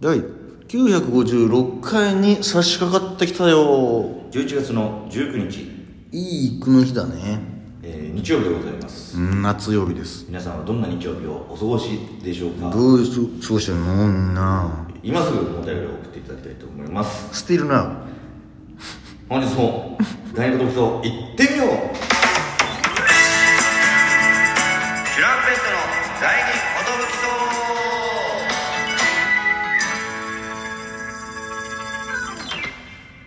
第956回に差し掛かってきたよ11月の19日、いいくの日だねえー日曜日でございますうん夏曜日です皆さんはどんな日曜日をお過ごしでしょうかどういう過ごしてるのみんな今すぐお便りを送っていただきたいと思いますスティールな本日も 第二独奏行ってみようシュランペットの第二きそう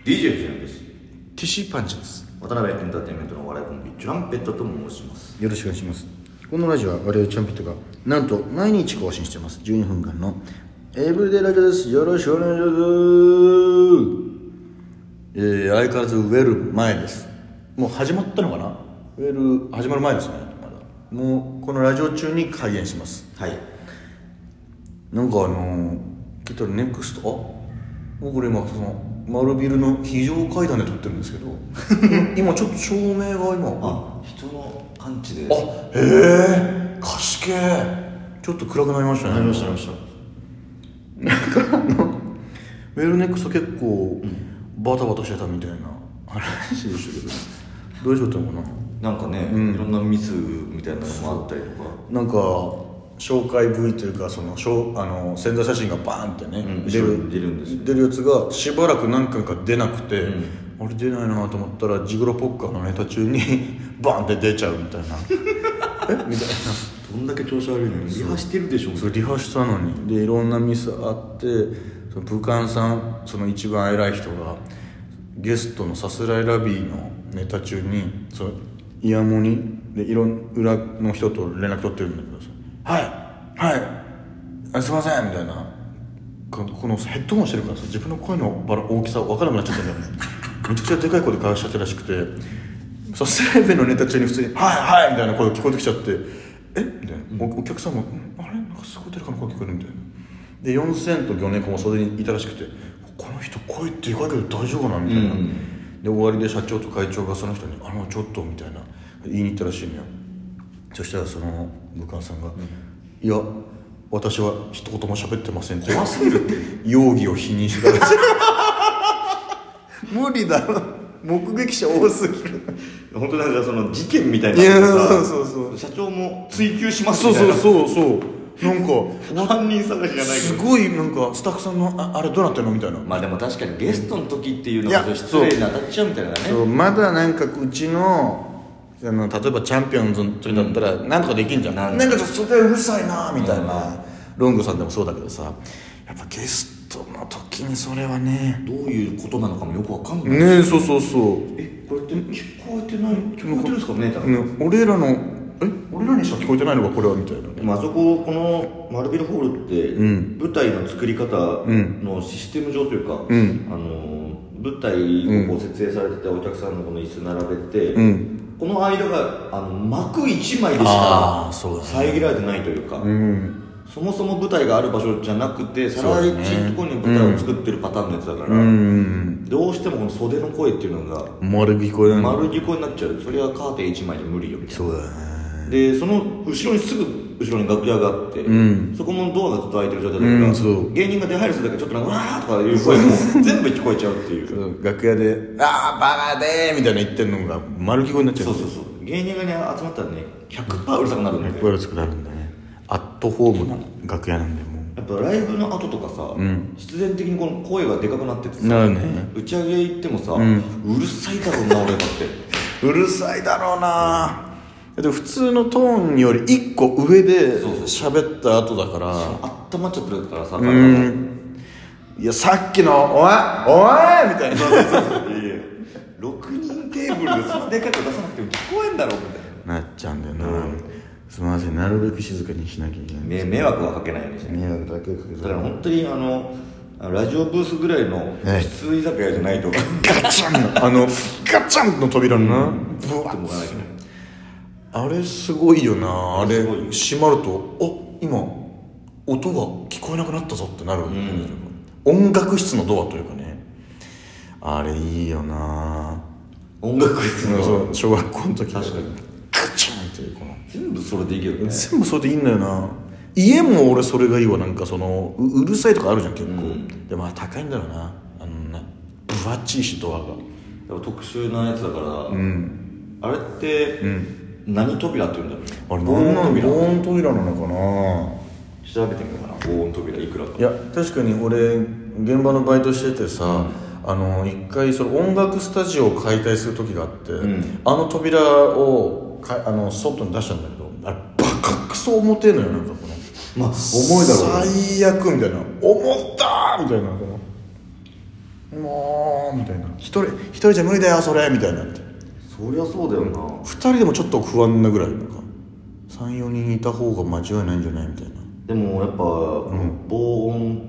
DJ シュランですティッシーパンチです渡辺エンターテインメントのお笑いコンビチュランペットと申しますよろしくお願いしますこのラジオは我々チャンピオンとがなんと毎日更新してます12分間のエブリデイラジオですよろしくお願いしますえー、相変わらずウェル前ですもう始まったのかなウェル始まる前ですねまだもうこのラジオ中に開演しますはいなんかあのー、聞いたらネクストあ僕これ今その丸ビルの非常階段で撮ってるん ですけど今ちょっと照明が今あ人の感知であへえ貸し系ちょっと暗くなりましたねなりましたなりましたウェルネックス結構バタバタしてたみたいな話でしたけ どどうしようと思うかなんかね、いろんなミスみたいなのもあったりとかななんか紹介 V というかそのしょあの宣材写真がバーンってね、ん出後ろるに出るんですよ出るやつがしばらく何回か出なくて、あれ出ないなと思ったらジグロポッカーのネタ中に バーンって出ちゃうみたいなえみたいなどんだけ調子悪いのにリハしてるでしょそうリハしたのにでいろんなミスあってその武漢さんその一番偉い人がゲストのさすらいラビーのネタ中にそのイヤモニでいろん裏の人と連絡取ってるんだけどさ「はいはいあすいません」みたいなここのヘッドホンしてるからさ自分の声のバラ大きさ分からなくなっちゃったんだよねめちゃくちゃでかい声で会話しちゃったらしくてさセレブのネタ中に普通に「はいはい」みたいな声が聞こえてきちゃって「えみたいな、おお客さんも「んあれなんかすごい誰かの声聞こえる」みたいなで4000と魚猫も袖にいたらしくて「この人声でかいけど大丈夫かな?」みたいな、で終わりで社長と会長がその人に「あのちょっと」みたいな言いに行ったらしいのよそしたらその武漢さんが「いや私は一言も喋ってません」って怖すぎるって 容疑を否認したらしい無理だろ目撃者多すぎる本当なんかその事件みたいないやのがさそうそうそう社長も追及しあま すそうみたいそうなそうそうなんか犯人探しじゃないすけどごいなんかスタッフさんのああれどうなってんのみたいなまあでも確かにゲストの時っていうのいやが失礼な当たっちゃうみたいなねそうまだなんかうちのあの例えばチャンピオンズの時だったらなんとかできんじゃん、なんなんかちょっと袖うるさいなみたいな、ロングさんでもそうだけどさやっぱゲストの時にそれはねどういうことなのかもよくわかんないねえそうそうそうえこれって聞こえてない聞こえてるんですかね多分ね俺らのえ俺らにしか聞こえてないのかこれはみたいなねでもあそここの丸ビルホールって舞台の作り方のシステム上というか、あの舞台をこう設営されててお客さんのこの椅子並べて、この間があの幕1枚でしあーかそうだね遮られてないというかうんそもそも舞台がある場所じゃなくてさうだらね地のところに舞台を作ってるパターンのやつだから、うんどうしてもこの袖の声っていうのが丸聞こえない丸ぎこになっちゃうそれはカーテン1枚じゃ無理よみたいなそうだよねでその後ろにすぐ後ろに楽屋があって、そこもドアがずっと開いてる状態だから、うんそう芸人が出入りするだけちょっとなんか「わー」とかいう声も全部聞こえちゃうっていうそう楽屋で「ああバカでー」みたいな言ってるのが丸聞こえになっちゃうそうそう芸人がね集まったらね100%うるさくなるんだよ悪くなるんだねアットホームな楽屋なんでもやっぱライブの後とかさ、必然的にこの声がでかくなっててうさなるね打ち上げ行ってもさ、うるさいだろうな俺だってうるさいだろうなでも普通のトーンより一個上でそう喋った後だからあったまっちゃってるからさ、うーんいやさっきの「おいおい!」みたいな6人テーブルでそんなでかい声出さなくても聞こえんだろみたいななっちゃうんだよな、すみませんなるべく静かにしなきゃいけないね迷惑はかけないようにしない迷惑だけかけだから本当にあのラジオブースぐらいのええ普通居酒屋じ ゃないとかガチャンのあのガチャンの扉のな、ブワとッ思わないとねあれすごいよなあれすごいよ閉まるとあ今音が聞こえなくなったぞってなる、音楽室のドアというかねあれいいよな音楽室そのう小学校の時確かにガチャンっていうこの全部それでいいけどね全部それでいいんだよな家も俺それがいいわなんかそのううるさいとかあるじゃん結構、うんでもあ高いんだろうなあのな分厚いしドアがやっぱ特殊なやつだから、あれって、何扉って言うんだろうねあれ防何な音んだ扉防音扉なのかな調べてみようかな防音扉いくらかいや確かに俺現場のバイトしててさ、あの一回その音楽スタジオを解体する時があって、んあの扉をかあの外に出したんだけどあれバカくそ重てえのよなんかこのまあ重いだろうね最悪みたいな重ったーみたいなこのもうみたいな一人一人じゃ無理だよそれみたいなみたいなそりゃそうだよな、二人でもちょっと不安なぐらいなんか34人いた方が間違いないんじゃないみたいなでもやっぱ、防音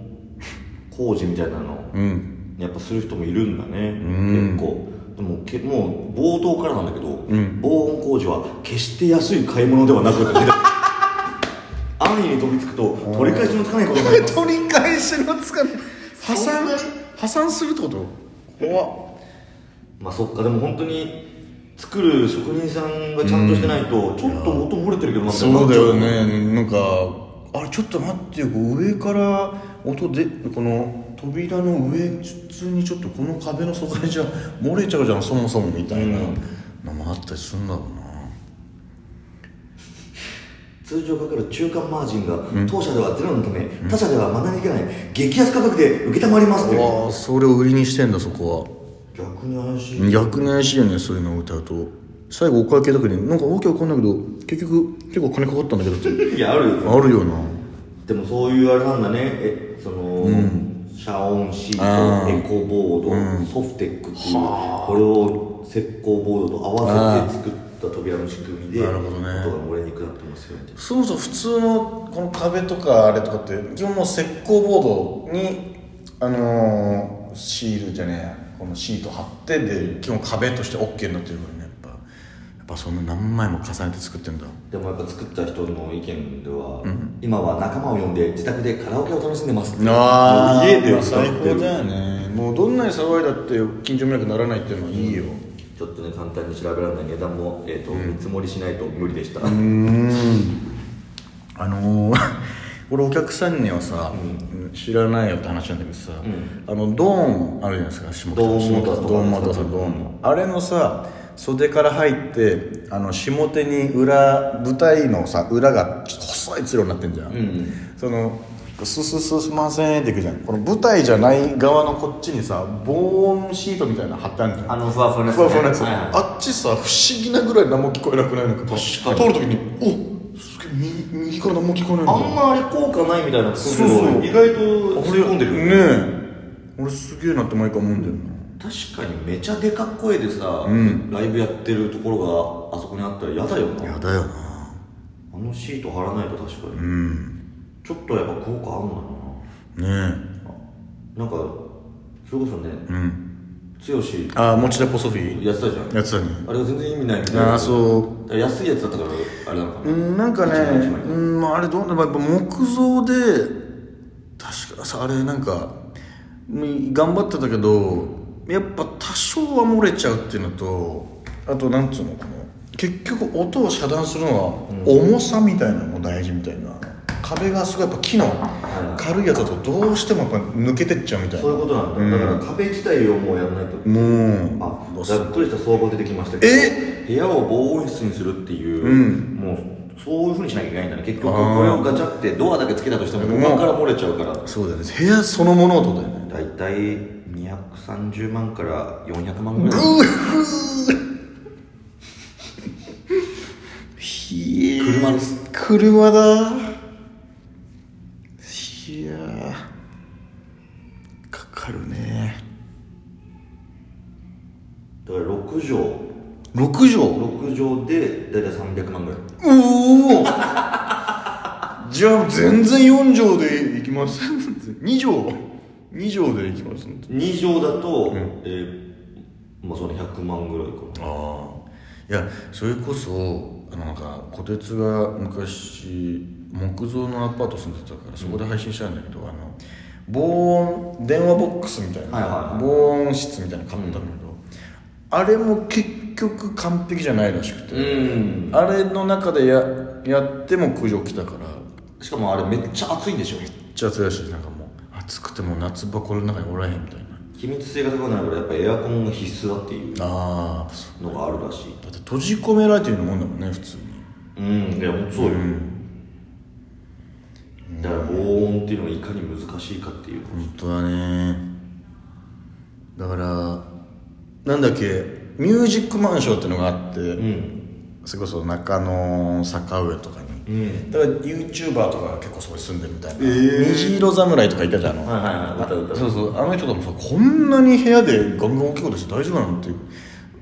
工事みたいなの、うんやっぱする人もいるんだね、ん結構でもけもう冒頭からなんだけど、防音工事は決して安い買い物ではなくて 安易に飛びつくと取り返しのつかないことになります取り返しのつかない破そん産なに破産するってこと怖っまあそっかでも本当に作る職人さんがちゃんとしてないと、ちょっと音漏れてるけどなみたいなそうだよねなんかあれちょっと待ってよこう上から音でこの扉の上普通にちょっとこの壁の素材じゃ漏れちゃうじゃんそもそもみたいなのもあったりするんだろうな通常かかる中間マージンが、当社ではゼロのため他社では学びきれない激安価格で承りますっていうわあそれを売りにしてんだそこは。逆に怪しい逆に怪しいよねそういうのを歌うと最後お会計だけでなんかわけわかんないけど結局結構金かかったんだけどっていやあるよあるよなでもそういうあれなんだねえその、遮音シーあトーエコボード、ソフテックっていうこれを石膏ボードと合わせて作った扉の仕組みでなるほどね音が漏れにくくなってますよみたいなそもそも普通のこの壁とかあれとかって基本もう石膏ボードにあのーシールじゃねえやこのシート貼ってで基本壁として OK になってるからねやっぱやっぱそんな何枚も重ねて作ってんだでもやっぱ作った人の意見では、今は仲間を呼んで自宅でカラオケを楽しんでますってああ家で歌っ最て高るだよねもうどんなに騒いだって近所迷惑ならないっていうのはいいよちょっとね簡単に調べられない値段も、えーと見積もりしないと無理でした、あのー俺お客さんにはさ、知らないよって話なんだけどさ、あのドーンあるじゃないですか下北ドーンモータ下北ーズとかドーンモーターズドーンのあれのさ袖から入ってあの下手に裏舞台のさ裏がちょっと細い通路になってんじゃん、そのスススすませんっていくじゃんこの舞台じゃない側のこっちにさ防音シートみたいなの貼ってあるじゃんあのふわふわのやつふねわふわのやつ、はいはいあっちさ不思議なぐらい何も聞こえなくないのか確か通にるときにおすげえ右右から何も聞こえないあのんまあれ効果ないみたいなそうそうそう意外と吸い込んでるよねえ俺すげえなって毎回思うんだよな確かにめちゃでかっ声でさ、ライブやってるところがあそこにあったら嫌だよなやだよなあのシート貼らないと確かに、ちょっとやっぱ効果あんのねえよななんかそれこそね、剛ああ持ちだポソフィーやってたじゃんやつだねあれが全然意味ないみたいなああそうだから安いやつだったからあれなのかな、うんなんかね一枚一枚うんあれどうなんだろうやっぱ木造で確かさあれなんかうん頑張ってたけどやっぱ多少は漏れちゃうっていうのとあとなんつうのかな結局音を遮断するのは重さみたいなのも大事みたいな、壁がすごいやっぱ木の軽いやつだとどうしてもやっぱ抜けてっちゃうみたいそうないうことなんだ、だから壁自体をもうやらないともあうざっくりした相場出てきましたけどえ部屋を防音室にするっていう、もうそういうふうにしなきゃいけないんだね結局あーこれをガチャってドアだけつけたとしてもうんここから漏れちゃうからそうだよね部屋そのもの音だよね大体230万から400万ぐらいひえ車です車だいやーかかるねだから6 6畳畳6畳で大体300万ぐらいおーうじゃあ全然4畳でいきます 2畳2畳でいきます2畳だと、えーまあその100万ぐらいかなああいやそれこそあのなんかこてつが昔木造のアパート住んでたからそこで配信したんだけど、あの防音電話ボックスみたいな、はいはいはい防音室みたいなの買ったんだけど、あれも結局完璧じゃないらしくて、んあれの中でややっても苦情来たからしかもあれめっちゃ暑いんでしょっちゃ暑いらしいなんかもう暑くてもう夏場この中におらへんみたいな気密性が高くなるからやっぱエアコンが必須だっていうああそうのがあるらしいだって閉じ込められてるようなもんだもんね普通にうんいや本当そうよ、だから防音っていうのがいかに難しいかっていう本当だねだからなんだっけミュージックマンションってのがあって、んそれこそ中野坂上とかに、だから YouTuber とかが結構そこに住んでるみたいな、虹色侍とかいたじゃんあの、はいはいはい歌う歌うそうそうあの人とかもさこんなに部屋でガンガン大きいことして大丈夫なのっていう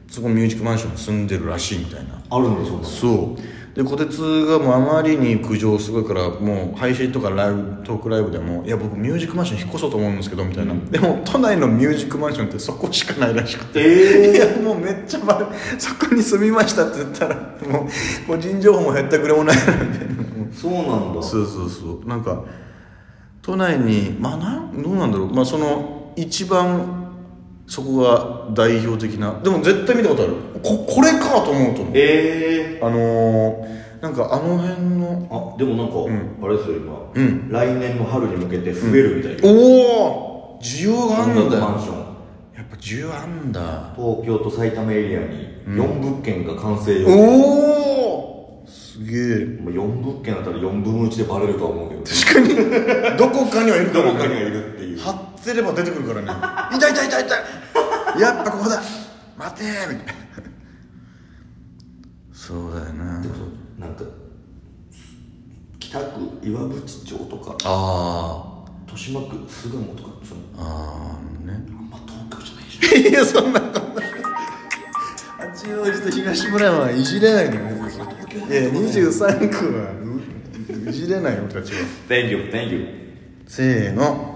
そこのミュージックマンションに住んでるらしいみたいなあるんでしょうかそうで虎鉄がもうあまりに苦情すごいからもう配信とかライブトークライブでも「いや僕ミュージックマンション引っ越そうと思うんですけど」みたいな、でも都内のミュージックマンションってそこしかないらしくて、えいやもうめっちゃバレそこに住みましたって言ったらもう個人情報も減ったくれもないなみたいなそうなんだそうそうそうなんか都内にまあなんどうなんだろうまあその一番そこが代表的なでも絶対見たことあるここれかと思うと思うええあのー、なんかあの辺のあでもなんか、あれですよ今、うん来年の春に向けて増えるみたいな、おお需要があるんだマンよションやっぱ需要あんだ東京と埼玉エリアに4物件が完成予定、おおすげえまあ、4物件だったら4分の1でバレるとは思 うけど確かに どこかにはいるどからこかにはいねるって いう張ってれば出てくるからね痛い痛い痛い痛いやっぱここだ待てーみたいなそうだよななんか北区岩淵町とかあー豊島区巣鴨とかそのあーねあんま東京じゃないでいしやそんなことない八王子と東村山はいじれないのよ別にいや23区はういじれないよ俺たちはょ Thank you, thank you せーの